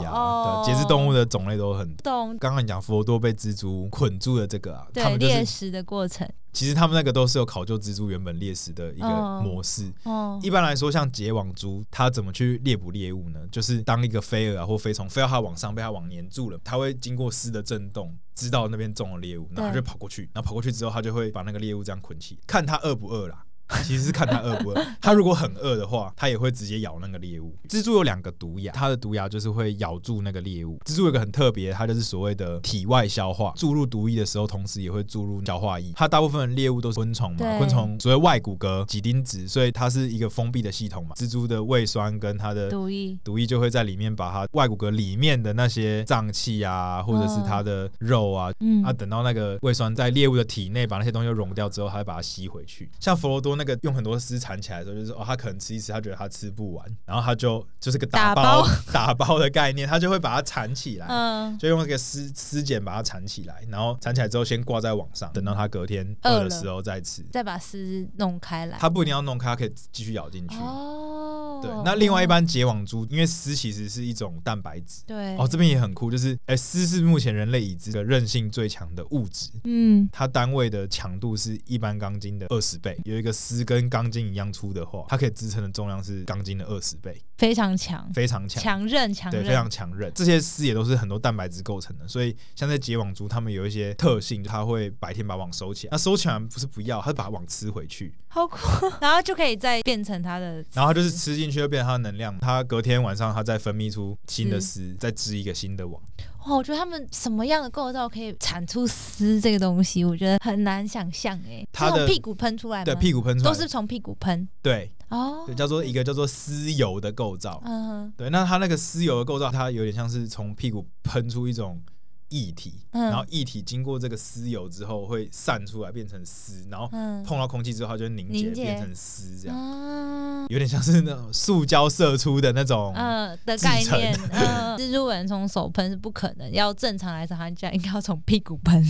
Speaker 2: 比啊，
Speaker 1: 哦
Speaker 2: 对，节肢动物的种类都很多。
Speaker 1: 懂
Speaker 2: 刚刚你讲佛多被蜘蛛捆住的这个啊，
Speaker 1: 对
Speaker 2: 他们就
Speaker 1: 猎
Speaker 2: 是
Speaker 1: 食的过程。
Speaker 2: 其实他们那个都是有考究蜘蛛原本猎食的一个
Speaker 1: 哦
Speaker 2: 模式。 [laughs]
Speaker 1: 哦，
Speaker 2: 一般来说，像结网蛛，它怎么去猎捕猎物呢？就是当一个飞蛾啊或飞虫飞到它网上，被它网粘住了，它会经过丝的震动，知道那边中了猎物，然后它就
Speaker 1: 对
Speaker 2: 跑过去，然后跑过去之后，它就会把那个猎物这样捆起，看它饿不饿啦。 [laughs] 其实是看它饿不饿，它如果很饿的话，它也会直接咬那个猎物。蜘蛛有两个毒牙，它的毒牙就是会咬住那个猎物。蜘蛛有一个很特别，它就是所谓的体外消化，注入毒液的时候，同时也会注入消化液。它大部分的猎物都是昆虫嘛，
Speaker 1: 对
Speaker 2: 昆虫所谓外骨骼、几丁质，所以它是一个封闭的系统嘛。蜘蛛的胃酸跟它的
Speaker 1: 毒液。
Speaker 2: 毒液就会在里面把它外骨骼里面的那些脏器啊，或者是它的肉啊，
Speaker 1: 嗯
Speaker 2: 啊，，等到那个胃酸在猎物的体内把那些东西都溶掉之后，它会把它吸回去。像佛罗多那个用很多丝缠起来的时候，就是说哦，他可能吃一吃，他觉得他吃不完，然后他就就是个
Speaker 1: 打
Speaker 2: 打包 [laughs] 打包的概念，他就会把它缠起来。
Speaker 1: 嗯，
Speaker 2: 就用那个丝丝剪把它缠起来，然后缠起来之后先挂在网上，等到它隔天
Speaker 1: 饿
Speaker 2: 饿的
Speaker 1: 了
Speaker 2: 时候再吃。
Speaker 1: 再把丝弄开来。
Speaker 2: 它不一定要弄开，它可以继续咬进去。
Speaker 1: 哦，
Speaker 2: 对，那另外一般结网蛛，因为丝其实是一种蛋白质，
Speaker 1: 对
Speaker 2: 哦，这边也很酷，就是哎，丝是目前人类已知的韧性最强的物质，
Speaker 1: 嗯，
Speaker 2: 它单位的强度是一般钢筋的二十倍。有一个丝跟钢筋一样粗的话，它可以支撑的重量是钢筋的二十倍，
Speaker 1: 非常强，
Speaker 2: 非常强。
Speaker 1: 强韧，强
Speaker 2: 对，
Speaker 1: 韧，
Speaker 2: 非常强韧。这些丝也都是很多蛋白质构成的，所以像在结网蛛，它们有一些特性，它会白天把网收起来，那收起来不是不要，它把网吃回去，
Speaker 1: 好酷。 [laughs] 然后就可以再变成它的，
Speaker 2: [laughs] 然后它就是吃进去就变成它的能量，它隔天晚上它再分泌出新的丝，再织一个新的网。
Speaker 1: 哇，我觉得他们什么样的构造可以产出丝这个东西，我觉得很难想象哎。
Speaker 2: 它
Speaker 1: 是从
Speaker 2: 的
Speaker 1: 屁股喷出来吗？
Speaker 2: 对，屁股喷出
Speaker 1: 嗯
Speaker 2: 来
Speaker 1: 都是从屁股喷
Speaker 2: 对，
Speaker 1: 哦
Speaker 2: 对，。叫做一个叫做丝油的构造。
Speaker 1: 嗯哼，
Speaker 2: 对，那它那个丝油的构造，它有点像是从屁股喷出一种液体，
Speaker 1: 嗯
Speaker 2: 然后液体经过这个丝油之后会散出来变成丝，然后
Speaker 1: 嗯
Speaker 2: 碰到空气之后它就会凝结
Speaker 1: 凝结
Speaker 2: 变成丝，这样、
Speaker 1: 啊，
Speaker 2: 有点像是那种塑胶射出的那种。
Speaker 1: 嗯的
Speaker 2: 制
Speaker 1: 概
Speaker 2: 成
Speaker 1: 念， [laughs] 嗯，蜘蛛人从手喷是不可能，要正常来说，它就应该要从屁股喷。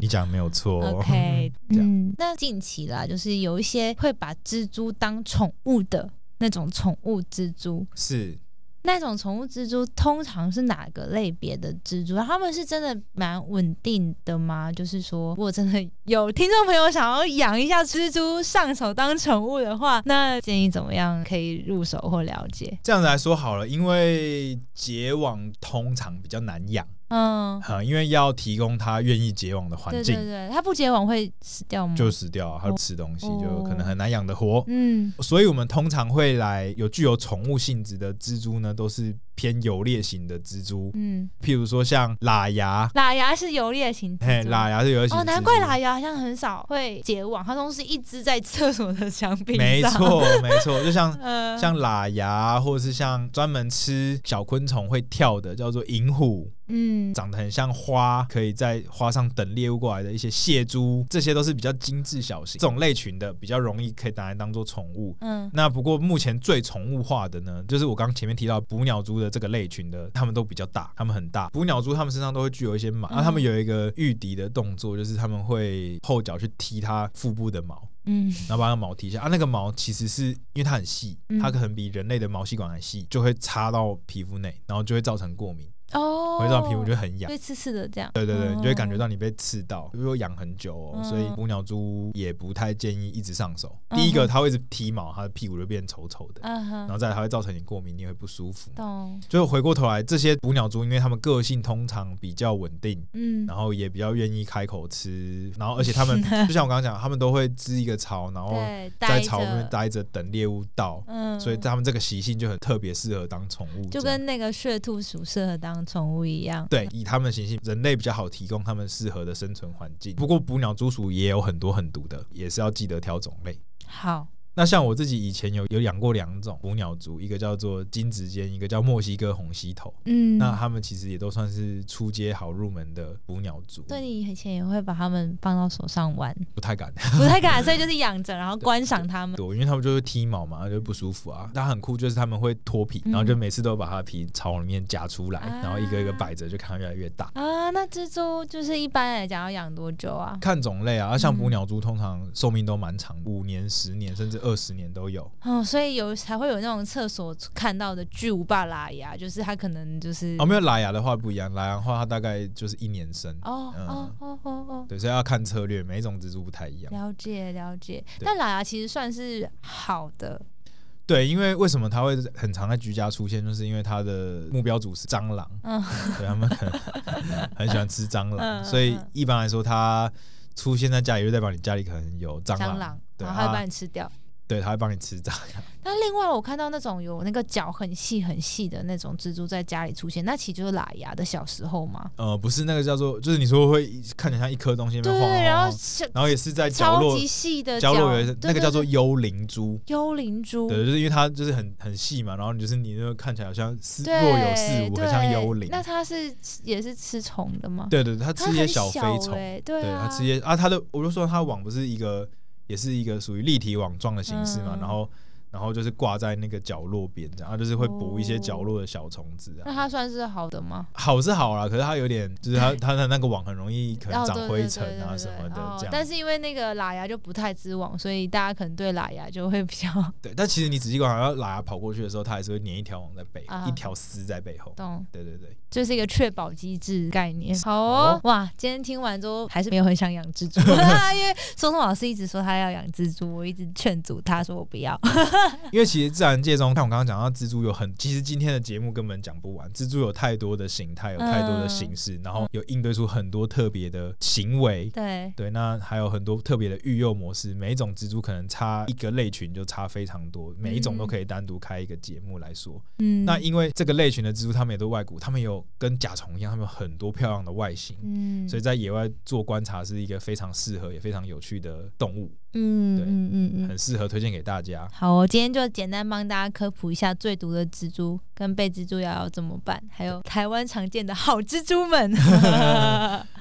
Speaker 2: 你讲没有错
Speaker 1: OK，
Speaker 2: 这样
Speaker 1: 嗯，那近期啦，就是有一些会把蜘蛛当宠物的那种宠物蜘蛛，
Speaker 2: [laughs] 是
Speaker 1: 那种宠物蜘蛛通常是哪个类别的蜘蛛？他们是真的蛮稳定的吗？就是说，如果真的有听众朋友想要养一下蜘蛛，上手当宠物的话，那建议怎么样可以入手或了解？
Speaker 2: 这样子来说好了，因为结网通常比较难养，
Speaker 1: 嗯，
Speaker 2: 哈、因为要提供它愿意结网的环
Speaker 1: 对
Speaker 2: 境，
Speaker 1: 对对，它不结网会死掉吗？
Speaker 2: 就死掉啊，它就吃东西，
Speaker 1: 哦
Speaker 2: 就可能很难养得活。
Speaker 1: 嗯，
Speaker 2: 所以我们通常会来有具有宠物性质的蜘蛛呢，都是偏游猎型的蜘蛛， [laughs]
Speaker 1: 嗯，
Speaker 2: 譬如说像喇牙，
Speaker 1: 喇牙是游猎型
Speaker 2: 嘿
Speaker 1: 蜘，蛛，
Speaker 2: 喇牙是游猎型蜘蛛
Speaker 1: 哦，难怪喇牙好像很少会结网，它都是一直在厕所的墙壁上。
Speaker 2: 没，错没错，就
Speaker 1: [laughs]
Speaker 2: 像。
Speaker 1: 呃，
Speaker 2: 像喇牙，或者是像专门吃小昆虫会跳的，叫做银虎，
Speaker 1: 嗯，
Speaker 2: 长得很像花，可以在花上等猎物过来的一些蟹蛛，这些都是比较精致小型这种类群的，比较容易可以拿来当做宠物。
Speaker 1: 嗯，
Speaker 2: 那不过目前最宠物化的呢，就是我刚前面提到捕鸟蛛的这个类群的，它们都比较大，它们很大。捕鸟蛛它们身上都会具有一些毛，
Speaker 1: 嗯
Speaker 2: 然后它们有一个御敌的动作，就是它们会后脚去踢它腹部的毛，
Speaker 1: 嗯，
Speaker 2: 然后把它毛踢下啊。那个毛其实是因为它很细
Speaker 1: 嗯，
Speaker 2: 它可能比人类的毛细管还细，就会插到皮肤内，然后就会造成过敏，
Speaker 1: 哦，
Speaker 2: 会让皮肤就很痒。
Speaker 1: 会刺刺的这样。
Speaker 2: 对对对，
Speaker 1: 哦
Speaker 2: 你就会感觉到你被刺到，因为我养很久哦，
Speaker 1: 嗯
Speaker 2: 所以捕鸟蛛也不太建议一直上手。
Speaker 1: 嗯
Speaker 2: 第一个，它会一直踢毛，它的屁股就变丑丑的。
Speaker 1: 啊
Speaker 2: 然
Speaker 1: 哈，
Speaker 2: 后再来它会造成你过敏，你也会不舒服。
Speaker 1: 懂，
Speaker 2: 就回过头来，这些捕鸟蛛，因为它们个性通常比较稳定，
Speaker 1: 嗯
Speaker 2: 然后也比较愿意开口吃，然后而且
Speaker 1: [laughs]
Speaker 2: 它们就像我刚刚讲，它们都会织一个巢，然后
Speaker 1: 对，
Speaker 2: 在
Speaker 1: 待
Speaker 2: 巢里面
Speaker 1: 着，
Speaker 2: 待着等猎物到，
Speaker 1: 嗯，
Speaker 2: 所以它们这个习性就很特别适合当宠物这样。
Speaker 1: 就跟那个血兔鼠适合当宠物一样。
Speaker 2: 对，以它们的习性，人类比较好提供它们适合的生存环境。不过捕鸟蛛属也有很多很毒的，也是要记得挑种类。
Speaker 1: 好，
Speaker 2: 那像我自己以前有有养过两种捕鸟蛛，一个叫做金指尖，一个叫墨西哥红溪头。
Speaker 1: 嗯，
Speaker 2: 那他们其实也都算是出街好入门的捕鸟族，
Speaker 1: 对你以前也会把它们放到手上玩，
Speaker 2: 不太敢 [laughs]
Speaker 1: 不太敢，所以就是养着，然后观赏它们。
Speaker 2: 躲，因为他们就是踢毛嘛，就不舒服啊。但很酷，就是他们会脱皮，
Speaker 1: 嗯
Speaker 2: 然后就每次都把它的皮朝里面夹出来，
Speaker 1: 啊
Speaker 2: 然后一个一个摆着，就看它越来越大。
Speaker 1: 啊，那蜘蛛就是一般来讲要养多久啊？
Speaker 2: 看种类啊，啊像
Speaker 1: 嗯
Speaker 2: 捕鸟蛛通常寿命都蛮长，五年、十年甚至二十年都有。
Speaker 1: 嗯，所以有才会有那种厕所看到的巨无霸拉牙，就是它可能就是
Speaker 2: 哦，没有莱雅的话不一样，莱雅的话它大概就是一年生，
Speaker 1: 哦
Speaker 2: 嗯
Speaker 1: 哦哦哦哦，
Speaker 2: 对，所以要看策略，每一种蜘蛛不太一样。
Speaker 1: 了解了解。
Speaker 2: 对
Speaker 1: 但拉牙其实算是好的，
Speaker 2: 对，因为为什么它会很常在居家出现，就是因为它的目标组是蟑螂，
Speaker 1: 嗯
Speaker 2: 对他们 [laughs] 可能很喜欢吃蟑
Speaker 1: 嗯
Speaker 2: 螂，所以一般来说，它出现在家里就代表你家里可能有蟑
Speaker 1: 蟑
Speaker 2: 螂，
Speaker 1: 螂，
Speaker 2: 对
Speaker 1: 然后它会
Speaker 2: 啊
Speaker 1: 把你吃掉。
Speaker 2: 对，它会帮你吃蟑螂。
Speaker 1: 那另外我看到那种有那个脚很细很细的那种蜘蛛在家里出现，那其实就是拉牙的小时候嘛。
Speaker 2: 呃，不是那个叫做，就是你说会看起来像一颗东西在那
Speaker 1: 对
Speaker 2: 边晃晃晃，
Speaker 1: 然后
Speaker 2: 晃
Speaker 1: 小
Speaker 2: 然后也是在角
Speaker 1: 超
Speaker 2: 落
Speaker 1: 级细的
Speaker 2: 角
Speaker 1: 脚
Speaker 2: 落有一些那
Speaker 1: 对
Speaker 2: 个
Speaker 1: 对
Speaker 2: 叫做
Speaker 1: 对
Speaker 2: 幽灵珠。
Speaker 1: 幽灵蛛，
Speaker 2: 对，就是因为它就是很很细嘛，然后你就是你那个看起来好像似
Speaker 1: 对
Speaker 2: 若有似无，
Speaker 1: 对
Speaker 2: 很像幽灵。
Speaker 1: 那它是也是吃虫的吗？
Speaker 2: 对对，对它吃一些
Speaker 1: 很
Speaker 2: 小
Speaker 1: 小
Speaker 2: 飞虫，
Speaker 1: 欸对
Speaker 2: 对
Speaker 1: 啊，
Speaker 2: 它吃一些啊，它的我就说它网不是一个，也是一个属于立体网状的形式嘛，
Speaker 1: 嗯
Speaker 2: 然后然后就是挂在那个角落边这样，它就是会捕一些
Speaker 1: 哦
Speaker 2: 角落的小虫子
Speaker 1: 那
Speaker 2: 啊。
Speaker 1: 它算是好的吗？
Speaker 2: 好是好啦，可是它有点，就是它它的那个网很容易可能
Speaker 1: 哦
Speaker 2: 长
Speaker 1: 对对
Speaker 2: 灰
Speaker 1: 对
Speaker 2: 尘啊
Speaker 1: 对
Speaker 2: 什
Speaker 1: 对
Speaker 2: 么
Speaker 1: 哦
Speaker 2: 的这样。
Speaker 1: 但是因为那个喇牙就不太织网，所以大家可能对喇牙就会比较 [laughs]
Speaker 2: 对，但其实你仔细观察，它拉跑过去的时候，它还是会粘一条网在背后，
Speaker 1: 啊。
Speaker 2: 一条丝在背后
Speaker 1: 懂，
Speaker 2: 对对对，
Speaker 1: 就是一个确保机制概念。好
Speaker 2: 哦
Speaker 1: 哦，哇，今天听完之后还是没有很想养蜘蛛， [laughs] 因为松松老师一直说他要养蜘蛛，我一直劝阻他说我不要。 [laughs]
Speaker 2: 因为其实自然界中，像我刚刚讲到蜘蛛有很，其实今天的节目根本讲不完，蜘蛛有太多的形态，有
Speaker 1: 嗯
Speaker 2: 太多的形式，然后有应对出很多特别的行为。
Speaker 1: 对，
Speaker 2: 对，那还有很多特别的育幼模式，每一种蜘蛛可能差一个类群就差非常多，每一种都可以单独开一个节目来说。
Speaker 1: 嗯，
Speaker 2: 那因为这个类群的蜘蛛，它们也都外骨，它们有跟甲虫一样，它们有很多漂亮的外形，
Speaker 1: 嗯，
Speaker 2: 所以在野外做观察是一个非常适合也非常有趣的动物，
Speaker 1: 嗯
Speaker 2: 对
Speaker 1: 嗯嗯嗯。
Speaker 2: 很适合推荐给大家。
Speaker 1: 好、我今天就简单帮大家科普一下最毒的蜘蛛跟被蜘蛛咬要怎么办，还有台湾常见的好蜘蛛
Speaker 2: [laughs]
Speaker 1: 们。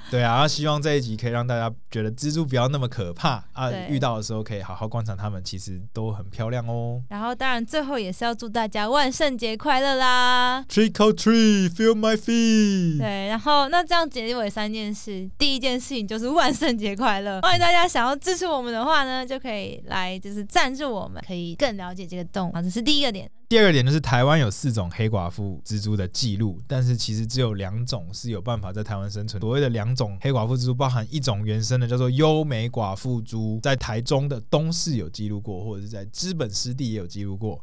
Speaker 2: 对啊，希望这一集可以让大家觉得蜘蛛不要那么可怕啊
Speaker 1: 对，
Speaker 2: 遇到的时候可以好好观察它们，其实都很漂亮哦。
Speaker 1: 然后，当然最后也是要祝大家万圣节快乐啦！
Speaker 2: Trick or treat, feel my feet。
Speaker 1: 对，然后那这样结尾三件事，第一件事情就是万圣节快乐。
Speaker 2: 嗯
Speaker 1: 欢迎大家想要支持我们的话呢，就可以来就是赞助我们，可以更了解这个动物。好这是第一个点。
Speaker 2: 第二个点就是台湾有四种黑寡妇蜘蛛的记录，但是其实只有两种是有办法在台湾生存。所谓的两种黑寡妇蜘蛛，包含一种原生的叫做优美寡妇蛛，在台中的东市有记录过，或者是在资本湿地也有记录过。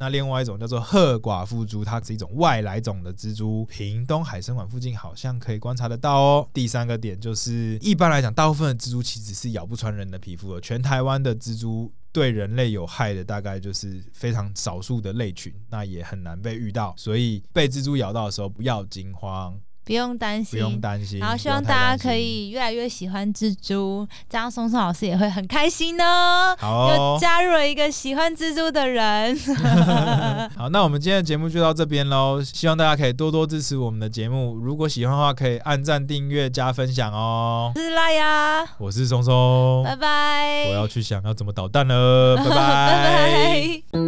Speaker 2: 那另外一种叫做褐寡妇蛛，它是一种外来种的蜘蛛，屏东海参馆附近好像可以观察得到哦。第三个点就是，一般来讲，大部分的蜘蛛其实是咬不穿人的皮肤的，全台湾的蜘蛛。对人类有害的大概就是非常少数的类群，那也很难被遇到，所以被蜘蛛咬到的时候不要惊慌，
Speaker 1: 不用担
Speaker 2: 不
Speaker 1: 心，
Speaker 2: 用担心。
Speaker 1: 然后希望
Speaker 2: 不
Speaker 1: 大家
Speaker 2: 用太担心
Speaker 1: 可以越来越喜欢蜘蛛，这样松松老师也会很开心哦。
Speaker 2: 好
Speaker 1: 又
Speaker 2: 哦、
Speaker 1: 加入了一个喜欢蜘蛛的人， [laughs]
Speaker 2: 好，那我们今天的节目就到这边喽，希望大家可以多多支持我们的节目。如果喜欢的话，可以按赞、订阅、加分享哦。
Speaker 1: 我是赖呀，
Speaker 2: 我是松松，
Speaker 1: 拜拜，
Speaker 2: 我要去想要怎么捣蛋了，拜
Speaker 1: 拜拜。